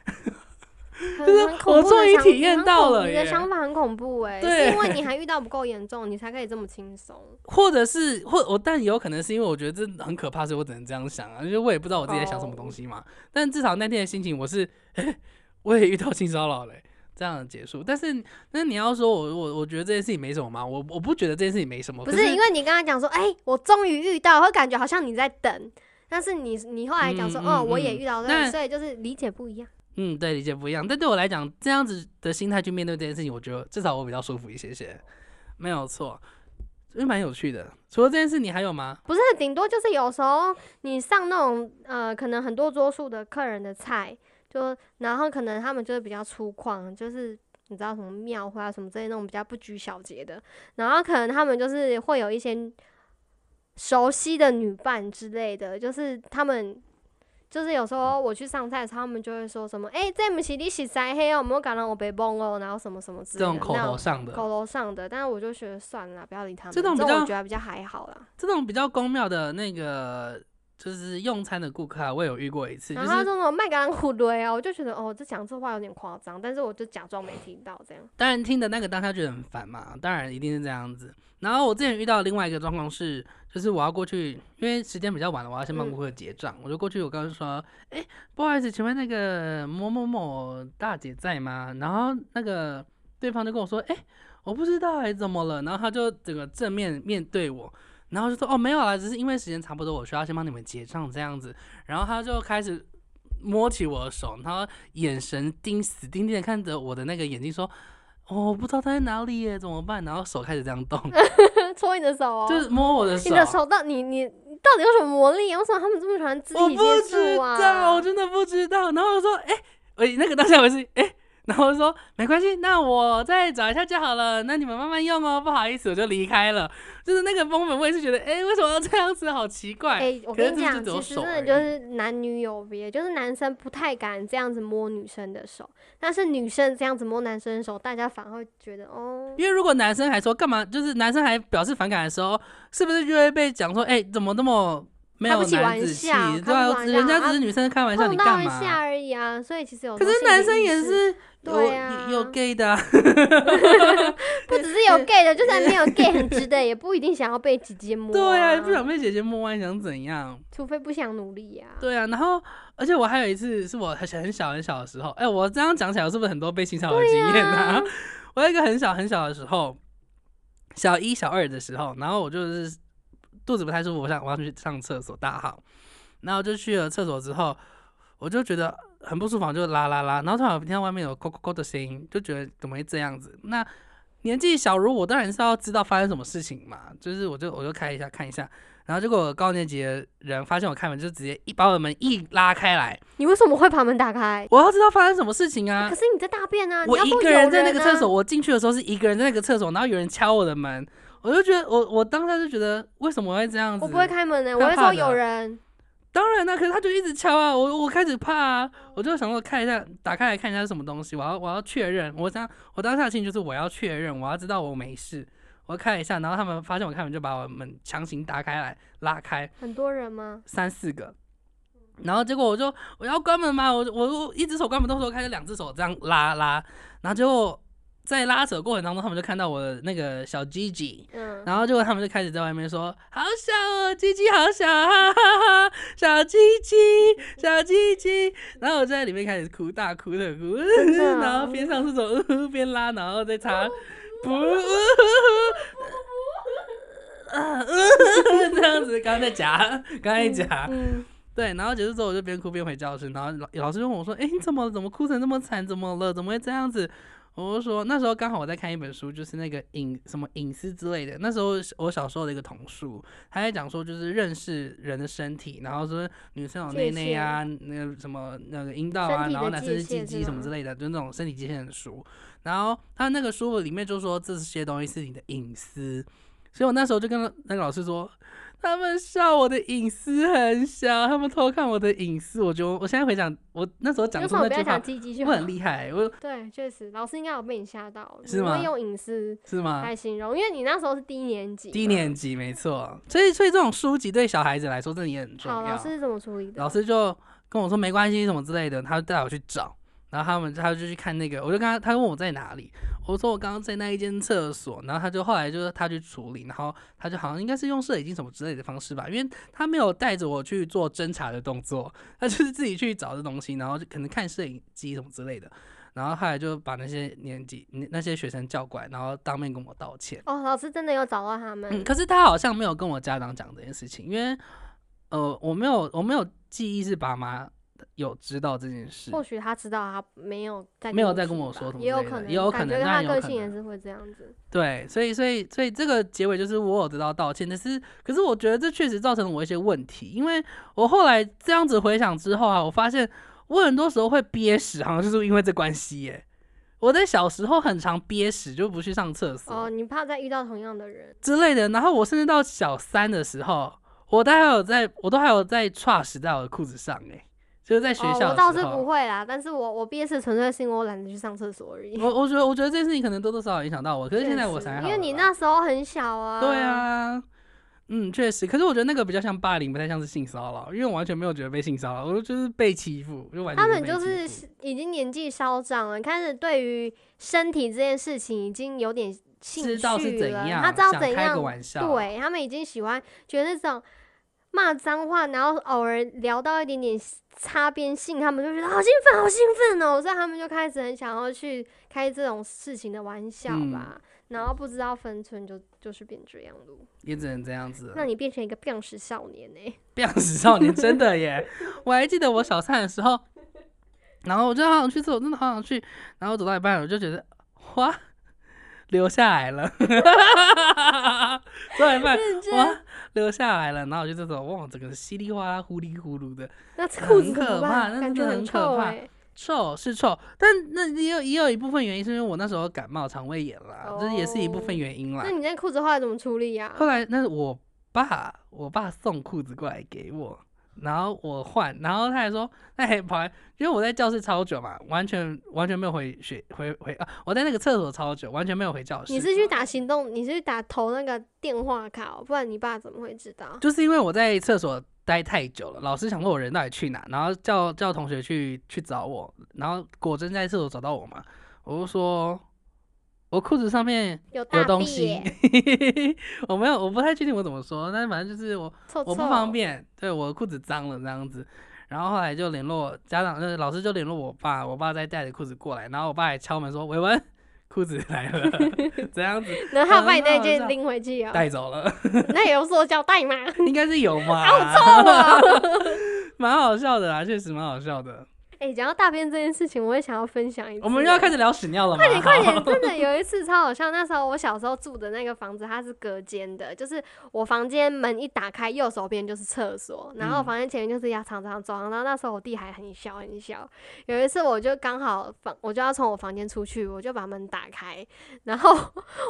A: 是
B: 很很恐
A: 我
B: 怖的
A: 终于
B: 想
A: 体验
B: 很
A: 到
B: 恐
A: 了
B: 你的
A: 耶
B: 想法很恐怖
A: [LAUGHS]
B: 哎、
A: 对
B: 是因为你还遇到不够严重，你才可以这么轻松。
A: 或者是或我，但也有可能是因为我觉得这很可怕，所以我只能这样想啊，因为我也不知道我自己在想什么
B: 哦
A: 东西嘛。但至少那天的心情，我是、诶我也遇到性骚扰嘞，这样的结束。但是那你要说我我我觉得这件事情没什么吗？我我不觉得这件事情没什么，
B: 不
A: 可
B: 是因为你刚才讲说，哎、我终于遇到，会感觉好像你在等，但是你你后来讲说，
A: 嗯
B: 哦，
A: 嗯
B: 我也
A: 嗯
B: 遇到，
A: 那
B: 了，所以就是理解不一样。
A: 嗯，对，理解不一样。但对我来讲，这样子的心态去面对这件事情，我觉得至少我比较舒服一些些，没有错，因为蛮有趣的。除了这件事，你还有吗？
B: 不是，顶多就是有时候你上那种呃，可能很多桌数的客人的菜，就然后可能他们就是比较粗犷，就是你知道什么庙会啊什么之类那种比较不拘小节的，然后可能他们就是会有一些熟悉的女伴之类的，就是他们。就是有时候我去上菜的时候，他们就会说什么：“哎、这不是你洗腮黑哦，没有感到我被崩哦，然后什么什么之
A: 这
B: 类的。”
A: 种口头上的，
B: 口头上的，但是我就觉得算了啦，不要理他们。
A: 这种比
B: 我
A: 较
B: 觉得比较还好啦。
A: 这种比较公庙的那个，就是用餐的顾客啊，我有遇过一次，就
B: 然后他
A: 是
B: 说那种麦秆虎堆啊，我就觉得哦，这讲这话有点夸张，但是我就假装没听到这样。 [LAUGHS]
A: 当然听的那个当下觉得很烦嘛，当然一定是这样子。然后我之前遇到另外一个状况是，就是我要过去，因为时间比较晚了，我要先帮
B: 嗯
A: 顾客结账，我就过去，我刚刚说，哎、不好意思，请问那个某某某大姐在吗？然后那个对方就跟我说，哎、我不知道哎、怎么了？然后他就整个正面面对我，然后就说哦没有啦，只是因为时间差不多，我需要先帮你们结账这样子。然后他就开始 [LAUGHS] 摸起我的手，然后眼神 [LAUGHS] 盯死盯盯的看着我的那个眼睛说。 [LAUGHS] 哦，我不知道他在哪里耶，怎么办？然后手开始这样动，
B: 戳你的手哦，
A: 就是摸我的手。
B: 你的手到你你你到底有什么魔力啊？为什么他们这么喜欢肢
A: 我
B: 体
A: 不
B: 接
A: 知
B: 触啊？
A: 道，我真的不知道。然后我说，哎、我那个当下我是，哎、然后我说没关系，那我再找一下就好了，那你们慢慢用哦，不好意思，我就离开了。就是那个风粉，我也是觉得，哎、为什么要这样子，好奇怪。
B: 哎、我
A: 可是
B: 跟你
A: 这就
B: 讲，
A: 只有
B: 其实
A: 手
B: 真的
A: 而
B: 就
A: 已
B: 是男女有别，就是男生不太敢这样子摸女生的手，但是女生这样子摸男生的手，大家反而会觉得哦，
A: 因为如果男生还说干嘛，就是男生还表示反感的时候，是不是就会被讲说，哎、怎么那么没有
B: 开不起
A: 男
B: 玩
A: 子气
B: 笑开？不
A: 对啊，
B: 起玩笑
A: 人家
B: 啊
A: 只是女生开玩笑，
B: 碰
A: 你
B: 到
A: 干
B: 一
A: 嘛？
B: 下而已啊。所以其实有时
A: 可
B: 候
A: 是
B: 心理
A: 男生
B: 意
A: 也
B: 识
A: 是有
B: 对啊
A: 有有 gay 的、啊，
B: 不只是
A: [LAUGHS]
B: 有 gay 的，就算没有 gay 很直的，也不一定想要被姐姐摸、
A: 对啊，不想被姐姐摸啊，你想怎样？
B: 除非不想努力呀、
A: 对啊，然后而且我还有一次是我很小很小很小的时候，哎、我这样讲起来，我是不是很多被性骚扰的经验啊？ [LAUGHS] 我有一个很小很小的时候，小一小二的时候，然后我就是肚子不太舒服，我想我要去上厕所大号，然后就去了厕所之后，我就觉得很不舒服，我就拉拉拉，然后突然我听到外面有咕咕咕的声音，就觉得怎么会这样子？那年纪小如我，当然是要知道发生什么事情嘛，就是我就我就开一下看一下，然后结果高年级的人发现我开门，就直接一把我门一拉开来，
B: 你为什么会把门打开？
A: 我要知道发生什么事情啊
B: 可！是你在大便啊！
A: 我
B: 你要
A: 一
B: 说
A: 个
B: 有
A: 人
B: 人
A: 在那个厕
B: 啊
A: 所，，我进去的时候是一个人在那个厕所，然后有人敲我的门，我就觉得我我当下就觉得为什么会这样子？
B: 我不会开门的、
A: 怕
B: 我会
A: 怕
B: 说
A: 的
B: 有人。
A: 当然啦、可是他就一直敲啊，我我开始怕啊，我就想说看一下，打开来看一下是什么东西，我要我要确认，我当我当下的心情就是我要确认，我要知道我没事，我看一下，然后他们发现我开门就把我门强行打开来拉开
B: 很多人吗？
A: 三四个，然后结果我就我要关门嘛，我我我一只手关门，到时候开始两只手这样拉拉，然后结果在拉扯过程当中，他们就看到我的那个小 G G，
B: 嗯，
A: 然后结果他们就开始在外面说：“好小哦，鸡鸡好小，哈哈哈哈，小鸡鸡，小鸡鸡。”然后我就在里面开始哭，大哭特哭，
B: 的哦
A: 然后边上厕所呃呃边拉，然后再擦，不，呃呃呃呃这样子，刚刚在夹，刚才夹，
B: 嗯，
A: 对，然后结束之后我就边哭边回教室，然后老老师就问我说：“哎、你怎么了？怎么哭成那么惨？怎么了？怎么会这样子？”我就说那时候刚好我在看一本书，就是那个隐什么隐私之类的。那时候我小时候的一个童书，他在讲说就是认识人的身体，然后说女生有内
B: 界
A: 内啊，那个什么那个阴道啊，
B: 身体的
A: 然后男生是鸡
B: 界限
A: 鸡
B: 是
A: 什么
B: 吗
A: 之类的，就那种身体界限的书。然后他那个书里面就说这些东西是你的隐私，所以我那时候就跟那个老师说，他们笑我的隐私很小，他们偷看我的隐私。我觉得我现在回想，我那时候讲
B: 有
A: 出
B: 什么
A: 那
B: 不
A: 句
B: 要
A: 话
B: 讲，积极就
A: 我
B: 好。
A: 很厉害，我
B: 对，确实，老师应该有被你吓到，
A: 是
B: 你
A: 吗
B: 会用隐私
A: 是吗？
B: 来形容，因为你那时候是低年级嘛，
A: 低年级没错，所以所以这种书籍对小孩子来说真的也很重
B: 好，
A: 要。
B: 老师是怎么处理的？
A: 老师就跟我说没关系什么之类的，他就带我去找，然后他们他就去看那个，我就跟他他问我在哪里，我说我刚刚在那一间厕所，然后他就后来就是他去处理，然后他就好像应该是用摄影机什么之类的方式吧，因为他没有带着我去做侦查的动作，他就是自己去找这东西，然后就可能看摄影机什么之类的，然后后来就把那些年级那那些学生叫过来，然后当面跟我道歉。
B: 哦，老师真的有找到他们，
A: 嗯，可是他好像没有跟我家长讲这件事情，因为呃，我没有我没有记忆是爸妈有知道这件事，
B: 或许他知道他没有在
A: 没有再跟我说什么
B: 也有
A: 之类
B: 可
A: 的
B: 能，
A: 也有可
B: 感觉
A: 能
B: 他
A: 那
B: 的
A: 有
B: 个
A: 可
B: 性也
A: 能
B: 是会这样子。
A: 对，所以所以所以这个结尾就是我有得到道歉，但是可是我觉得这确实造成了我一些问题，因为我后来这样子回想之后啊，我发现我很多时候会憋屎，好像就是因为这关系耶、我在小时候很常憋屎，就不去上厕所。
B: 哦，你怕再遇到同样的人，
A: 之类的。然后我甚至到小三的时候，我都还有在，我都还有在 t 屎在我的裤子上哎、就是在学校
B: 哦，我
A: 的时候。
B: 倒是不会啦，但是我我毕业是纯粹是因为我懒得去上厕所而已。
A: 我我觉得我觉得这件事情可能多多少少影响到我，可是现
B: [LAUGHS]
A: 在我
B: 确实
A: 才好了
B: 因
A: 吧。
B: 为你那时候很小啊。
A: 对，啊，嗯，确实。可是我觉得那个比较像霸凌，不太像是性骚扰，因为我完全没有觉得被性骚扰，我就是被欺负，就完全
B: 他们
A: 被
B: 就
A: 欺
B: 是
A: 负
B: 已经年纪稍长了，开始对于身体这件事情已经有点兴趣了。
A: 知道是怎样，
B: 他知道
A: 想
B: 怎
A: 开
B: 样
A: 个玩笑，
B: 对他们已经喜欢觉得这种骂脏话，然后偶尔聊到一点点擦边性，他们就觉得好兴奋，好兴奋哦，所以他们就开始很想要去开这种事情的玩笑
A: 嗯
B: 吧。然后不知道分寸就，就是变这样路，
A: 也只能这样子了。
B: 让你变成一个病死少年呢、
A: 病死少年，真的耶！我还记得我小三的时候，然后我就好想去厕所，真的好想去，然后走到一半，我就觉得哇，流下来了， [LAUGHS] 走到一半
B: 认
A: [LAUGHS]
B: 真，
A: 哇，流下来了，然后我就这种哇，整个稀里哗啦、糊里糊涂的，
B: 那裤
A: 很
B: 子
A: 可
B: 怎么
A: 怕
B: 办
A: 那
B: 感
A: 真
B: 觉
A: 的
B: 很
A: 很可
B: 臭
A: 怕
B: 哎、
A: 臭是臭，但那也有也有一部分原因是因为我那时候感冒肠胃炎啦，这也是一部
B: 哦
A: 分原因啦
B: 那。你那裤子后来怎么处理啊呀、
A: 后来那是我爸，我爸送裤子过来给我，然后我换，然后他还说，哎他还跑来，因为我在教室超久嘛，完全完全没有回学回回啊，我在那个厕所超久，完全没有回教室。
B: 你是去打行动，你是去打投那个电话卡哦、不然你爸怎么会知道？
A: [LAUGHS] 就是因为我在厕所待太久了，老师想问我人到底去哪，然后叫叫同学去去找我，然后果真在厕所找到我嘛，我就说。我裤子上面
B: 有大
A: 有
B: 便，
A: 东西， [LAUGHS] 我没有，我不太确定我怎么说，但反正就是我
B: 臭臭，
A: 我不方便，对我裤子脏了这样子。然后后来就联络家长，就是老师就联络我爸，我爸再带着裤子过来，然后我爸还敲门说：“伟文，裤子来
B: [LAUGHS]
A: 了。”这样子
B: 然后他把你
A: 很
B: 那
A: 好
B: 件
A: 笑
B: 拎回去哦、
A: 带走了， [LAUGHS]
B: 那有塑胶袋吗？
A: 应该是有嘛？
B: 好臭啊！
A: 蛮好笑的啦，啊确实蛮好笑的。
B: 哎、讲到大便这件事情，我也想要分享一次。
A: 我们又要开始聊屎尿了吗？
B: 快点快
A: 好
B: 点！真的有一次超好笑，那时候我小时候住的那个房子它是隔间的，就是我房间门一打开，右手边就是厕所，然后
A: 嗯
B: 房间前面就是要长长的走廊，然后那时候我弟还很小很小，有一次我就刚好房我就要从我房间出去，我就把门打开，然后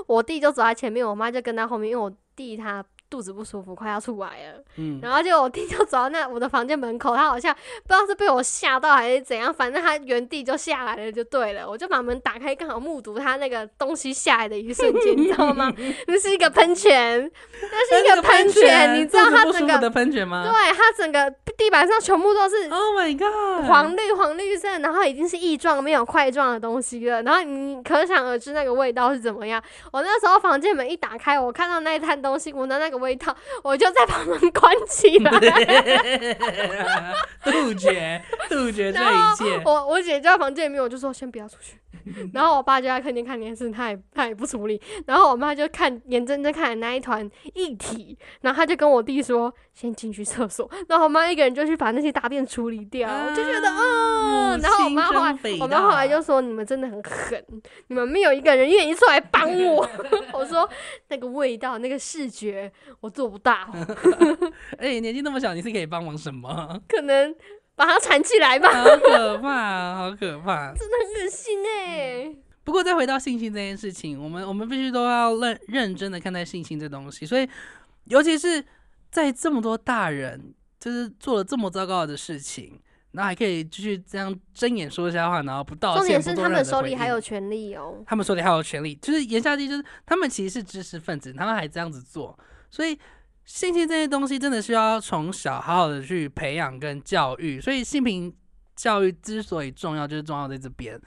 B: 我弟就走在前面，我妈就跟在后面，因为我弟他。肚子不舒服，快要出来了，
A: 嗯，
B: 然后就我弟就走到那我的房间门口，他好像不知道是被我吓到还是怎样，反正他原地就下来了，就对了。我就把门打开，刚好目睹他那个东西下来的一瞬间，你知道
A: [LAUGHS]
B: 吗？那是一个喷泉，那是一
A: 那
B: 个
A: 个
B: 喷
A: 泉，
B: 你知道
A: 肚子
B: 它
A: 不
B: 整
A: 舒服的
B: 个，
A: 喷泉吗？
B: 对，它整个地板上全部都是
A: Oh my god！
B: 黄绿黄绿色，然后已经是异状没有块状的东西了，然后你可想而知那个味道是怎么样。我那时候房间门一打开，我看到那一摊东西，闻到那个味道，我就再把门关起来。
A: [LAUGHS] 杜绝杜绝这
B: 然
A: 一
B: 后
A: 切，
B: [LAUGHS] 我我姐就在房间里面，我就说先不要出去。然后我爸就在客厅看电视，他也他也不处理。然后我妈就看眼睁睁看着那一团液体，然后他就跟我弟说先进去厕所。然后我妈一个人就去把那些大便处理掉，我就觉得
A: 啊
B: 嗯。然后我妈后来
A: 母亲真伟大
B: 我妈后来就说你们真的很狠，你们没有一个人愿意出来帮我。 [LAUGHS] 我说那个味道那个视觉我做不到，
A: 哎、年纪那么小，你是可以帮忙什么？ [LAUGHS]
B: 可能把它缠起来吧，
A: 好可怕，好可怕！
B: 真的很恶心哎、
A: 不过再回到性侵这件事情，我们我们必须都要认认真的看待性侵这东西，所以尤其是在这么多大人就是做了这么糟糕的事情，然后还可以继续这样睁眼说瞎话，然后不道歉，
B: 重点是
A: 哦不做
B: 他
A: 任
B: 们
A: 何
B: 手
A: 回
B: 里
A: 应
B: 还有权利哦。
A: 他们手里还有权利，就是言下之意就是他们其实是知识分子，他们还这样子做，所以性侵这些东西真的是要从小好好的去培养跟教育。所以性平教育之所以重要，就是重要在这边。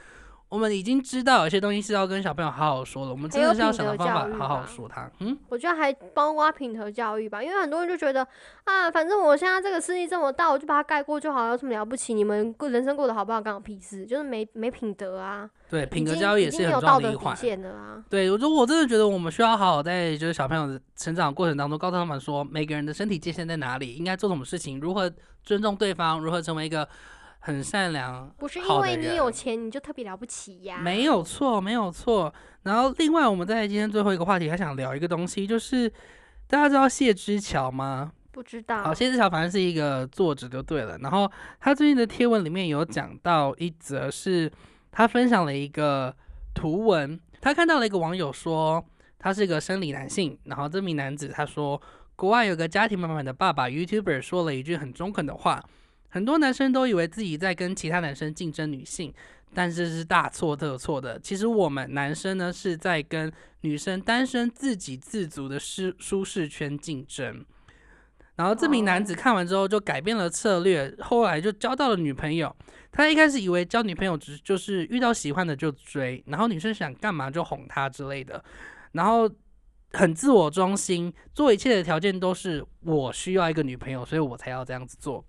A: 我们已经知道有些东西是要跟小朋友好好说了，我们真的是要想到方
B: 还有品
A: 法
B: 德
A: 好
B: 教育吧
A: 好说他。嗯，
B: 我觉得还包括品德教育吧，因为很多人就觉得啊，反正我现在这个势力这么大，我就把它盖过就好了，有什么了不起？你们过人生过得好不好，关我屁事，就是没没品德啊，
A: 对，品格
B: 已经
A: 教育也
B: 已
A: 是
B: 经
A: 很
B: 有
A: 重
B: 道
A: 要的
B: 德
A: 一
B: 底
A: 环。
B: 线了啊。
A: 对，我觉得我真的觉得我们需要好好在就是小朋友的成长过程当中，告诉他们说每个人的身体界限在哪里，应该做什么事情，如何尊重对方，如何成为一个很善良。
B: 不是因
A: 好的
B: 为你
A: 人
B: 有钱你就特别了不起呀、
A: 没有错，没有错。然后，另外我们在今天最后一个话题还想聊一个东西，就是大家知道谢之桥吗？
B: 不知道。
A: 好，谢志桥反正是一个作者就对了。然后他最近的贴文里面有讲到一则是，他分享了一个图文，他看到了一个网友说他是个生理男性，然后这名男子他说国外有个家庭满满的爸爸 YouTuber 说了一句很中肯的话，很多男生都以为自己在跟其他男生竞争女性。但是是大错特错的。其实我们男生呢是在跟女生单身自给自足的舒舒适圈竞争。然后这名男子看完之后就改变了策略，后来就交到了女朋友。他一开始以为交女朋友只就是遇到喜欢的就追，然后女生想干嘛就哄她之类的，然后很自我中心，做一切的条件都是我需要一个女朋友，所以我才要这样子做。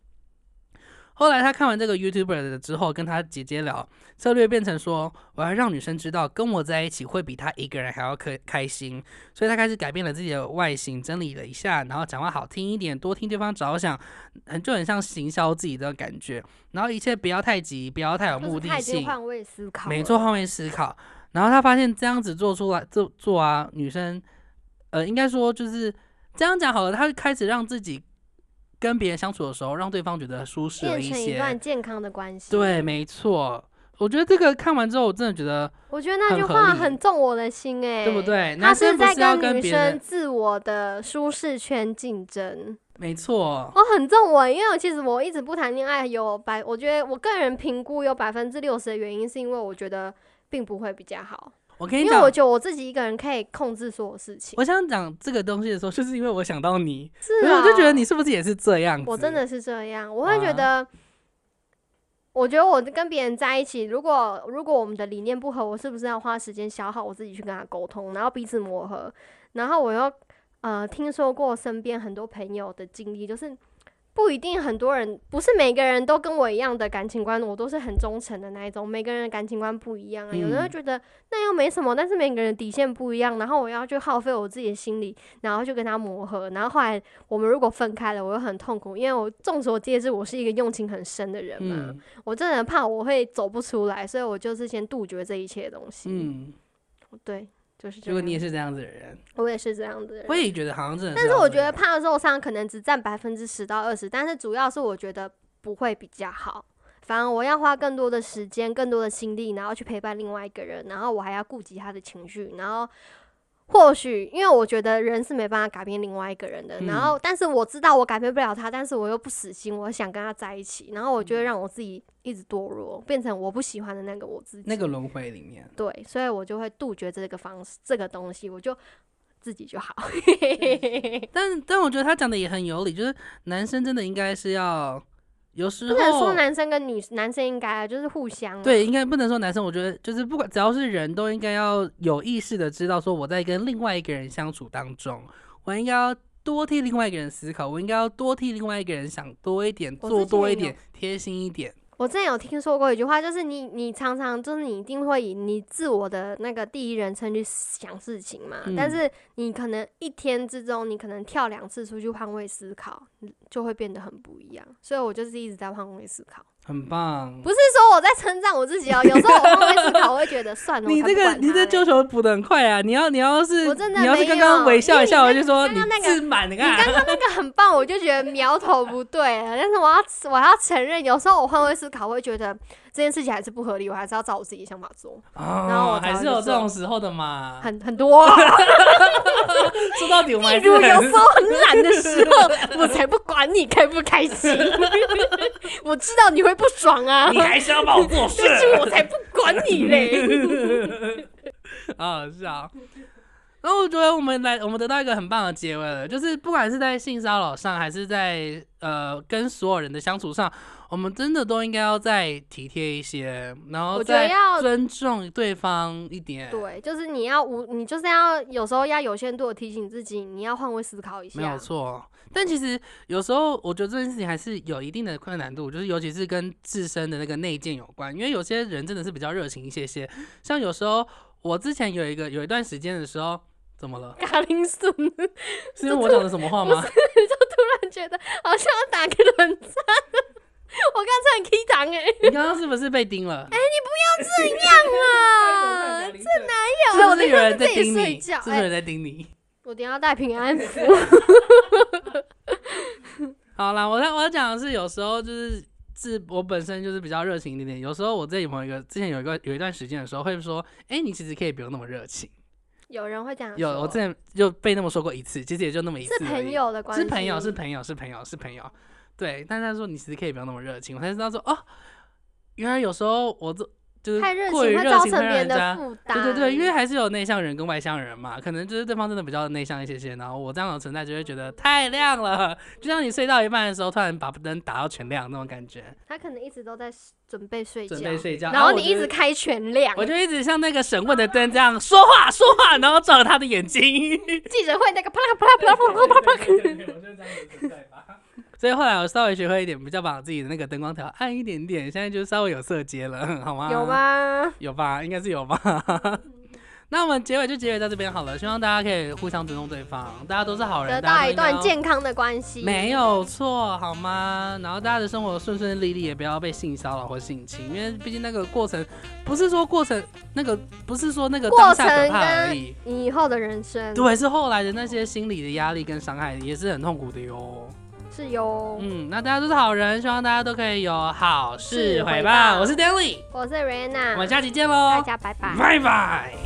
A: 后来他看完这个 YouTuber 的之后，跟他姐姐聊，策略变成说，我要让女生知道跟我在一起会比她一个人还要开开心，所以他开始改变了自己的外形，整理了一下，然后讲话好听一点，多替对方着想，很就很像行销自己的感觉，然后一切不要太急，不要太有
B: 就是
A: 目的
B: 他已经
A: 性，
B: 换位思考，
A: 没错，，换位思考。然后他发现这样子做出来做做啊，女生，呃，应该说就是这样讲好了，他就开始让自己跟别人相处的时候，让对方觉得舒适了
B: 变成一段
A: 些。
B: 健康的关系。
A: 对，，没错。我觉得这个看完之后，我真的觉得，
B: 我觉得那
A: 很
B: 句
A: 合
B: 话
A: 理
B: 很中我的心哎、
A: 对不？对？
B: 他
A: 男
B: 是
A: 生不
B: 在
A: 是要
B: 跟女
A: 别
B: 生
A: 人，
B: 自我的舒适圈竞争，
A: 没错，
B: 我哦很中我，因为我其实我一直不谈恋爱，有百，我觉得我个人评估有百分之六十的原因是因为我觉得并不会比较好，
A: 我跟
B: 因
A: 你
B: 为
A: 讲，
B: 我觉得我自己一个人可以控制所有事情。
A: 哦我想讲这个东西的时候，就是因为我想到你，
B: 是
A: 所以
B: 啊，
A: 我就觉得你是不是也是这样子？啊
B: 我真的是这样，我会觉
A: 哇
B: 得，我觉得我跟别人在一起，如果如果我们的理念不合，我是不是要花时间消耗我自己去跟他沟通，然后彼此磨合，然后我又呃听说过身边很多朋友的经历，就是。不一定很多人，不是每个人都跟我一样的感情观，我都是很忠诚的那一种。每个人的感情观不一样啊，有的人会
A: 嗯
B: 觉得那又没什么，但是每个人的底线不一样，然后我要去耗费我自己的心力，然后去跟他磨合，然后后来我们如果分开了，我又很痛苦，因为我众所皆知，我是一个用情很深的人嘛，
A: 嗯
B: 我真的很怕我会走不出来，所以我就是先杜绝这一切的东西。
A: 嗯，
B: 对，就是这
A: 结果你也
B: 样。
A: 是这样子的人，
B: 我也是这样子的人。
A: 我也觉得好像真的。
B: 嗯但是我觉得，怕受伤可能只占百分之十到二十，但是主要是我觉得不会比较好。反而我要花更多的时间、更多的心力，然后去陪伴另外一个人，然后我还要顾及他的情绪，然后或许因为我觉得人是没办法改变另外一个人的，
A: 嗯
B: 然后但是我知道我改变不了他，但是我又不死心，我想跟他在一起，然后我就会让我自己一直堕落，变成我不喜欢的那个我自己。
A: 那个轮回里面，
B: 对，所以我就会杜绝这个方式、这个东西，我就自己就好。 [LAUGHS]
A: 但但我觉得他讲的也很有理，就是男生真的应该是要有时候
B: 不能说男生跟女男生应该啊，就是互相、啊。
A: 对，应该不能说男生，我觉得就是不管只要是人都应该要有意识的知道说我在跟另外一个人相处当中，我应该要多替另外一个人思考，我应该要多替另外一个人想多一点，
B: 我
A: 做
B: 之前
A: 多一
B: 有
A: 点，贴心一点。
B: 我之前有听说过一句话，就是你你常常就是你一定会以你自我的那个第一人称去想事情嘛，
A: 嗯
B: 但是你可能一天之中你可能跳嗯两次出去换位思考，就会变得很不一样。所以我就是一直在换位思考。
A: 啊很棒
B: 不。是说我在称赞我自己哦，有时候我换位思考，我会觉得算
A: [LAUGHS]
B: 了，
A: 你
B: 我才
A: 这
B: 不
A: 个
B: 管
A: 你
B: 他
A: 这
B: 嘞
A: 救球补的很快啊！你要你要是
B: 我真的
A: 你要是
B: 没
A: 刚刚
B: 有
A: 微笑一下，
B: 因
A: 我
B: 为你
A: 就说
B: 刚刚那个
A: 自满的啊
B: 你
A: 干
B: 刚刚那个很棒，我就觉得苗头不对了。但是我要我要承认，有时候我换位思考，我会觉得这件事情还是不合理，我还是要照我自己的想法做，然
A: 哦
B: 后我，
A: 还
B: 才
A: 是
B: 会
A: 有
B: 就
A: 这种时候的嘛。
B: 很很多。
A: 说到啊底，我们还
B: 例
A: 是
B: 如有
A: 很
B: 时候很懒的时候，我才不管你开不开
A: [LAUGHS]
B: 心，我知道你会不爽啊
A: 你，还是要帮我做
B: [LAUGHS]
A: 事
B: 但是我才不管你
A: [LAUGHS]
B: 嘞。
A: 好好笑。然后我觉得我们来，我们得到一个很棒的结尾了，就是不管是在性骚扰上，还是在呃跟所有人的相处上，我们真的都应该要再体贴一些，然后
B: 我觉得
A: 再
B: 要
A: 尊重对方一点。，
B: 对，就是你要无，你就是要有时候要有限度的提醒自己，你要换位思考一
A: 没有
B: 下。
A: 错。哦但其实有时候我觉得这件事情还是有一定的困难度，就是尤其是跟自身的那个内建有关，因为有些人真的是比较热情一些些。像有时候我之前有一个有一段时间的时候，怎么了？
B: 卡林素，突
A: 是因为我讲的什么话吗？
B: [LAUGHS] 然觉得好像要打个冷战，我刚才很 K 档哎，
A: [LAUGHS] 你刚刚是不是被盯了？哎、
B: 啊，
A: 这哪
B: 有
A: 是不是有人在
B: 我在自己
A: 盯
B: 睡
A: 你？是
B: 觉哎
A: 不是有人在盯你？
B: 我等一下带平
A: [LAUGHS]
B: 安符。
A: 好啦，我在我要讲的是，有时候就是自我本身就是比较热情一点点，有时候我这里朋友一个之前有一个有一段时间的时候会说，哎、你其实可以不用那么热情。
B: 有人会这样
A: 有
B: 说
A: 我之前就被那么说过一次，其实也就那么一次
B: 是
A: 而已。
B: 朋友的关系，
A: 是朋友，是朋友，是朋友，是朋友。对，但是他说你其实可以不用那么热情，我才知道说哦，原来有时候我这就是
B: 太热情
A: 过于
B: 会
A: 热
B: 造
A: 情
B: 成
A: 会
B: 别
A: 让人
B: 人
A: 家
B: 的负担。
A: 对对对，因为还是有内向人跟外向人嘛，可能就是对方真的比较内向一些些，然后我这样的存在就会觉得太亮了，就像你睡到一半的时候，突然把灯打到全亮那种感觉，
B: 他可能一直都在准备睡觉，
A: 准备睡觉，啊
B: 然后
A: 我
B: 你一
A: 就
B: 直开全亮
A: 我，就一直像那个审问的灯这样说话说话，然后照着他的眼睛。
B: 记者会那个啪啦啪啦啪啦啪啦啪啦啪啦。
A: 所以后来我稍微学会一点，比较把自己的那个灯光调暗一点点，现在就稍微有色阶了，好吗？
B: 有？吗？
A: 有吧，应该是有吧。那我们结尾就结尾到这边好了，希望大家可以互相尊重对方，大家都是好人，
B: 得
A: 大家都
B: 到一
A: 应该
B: 段
A: 要
B: 健康的关系，
A: 没有错，好吗？然后大家的生活顺顺利利，也不要被性骚扰或性侵，因为毕竟那个过程不是说过程那个不是说那个当
B: 过
A: 下可
B: 程
A: 怕而
B: 跟
A: 已，
B: 你以后的人生
A: 对，是后来的那些心理的压力跟伤害也是很痛苦的哟。
B: 是有。
A: 嗯，那大家都是好人，希望大家都可以有好事
B: 是
A: 回
B: 回
A: 报。
B: 报
A: 我是 Danny，
B: 我是
A: 我们
B: Rena，
A: 下期见喽
B: 大，家拜拜。
A: 拜拜。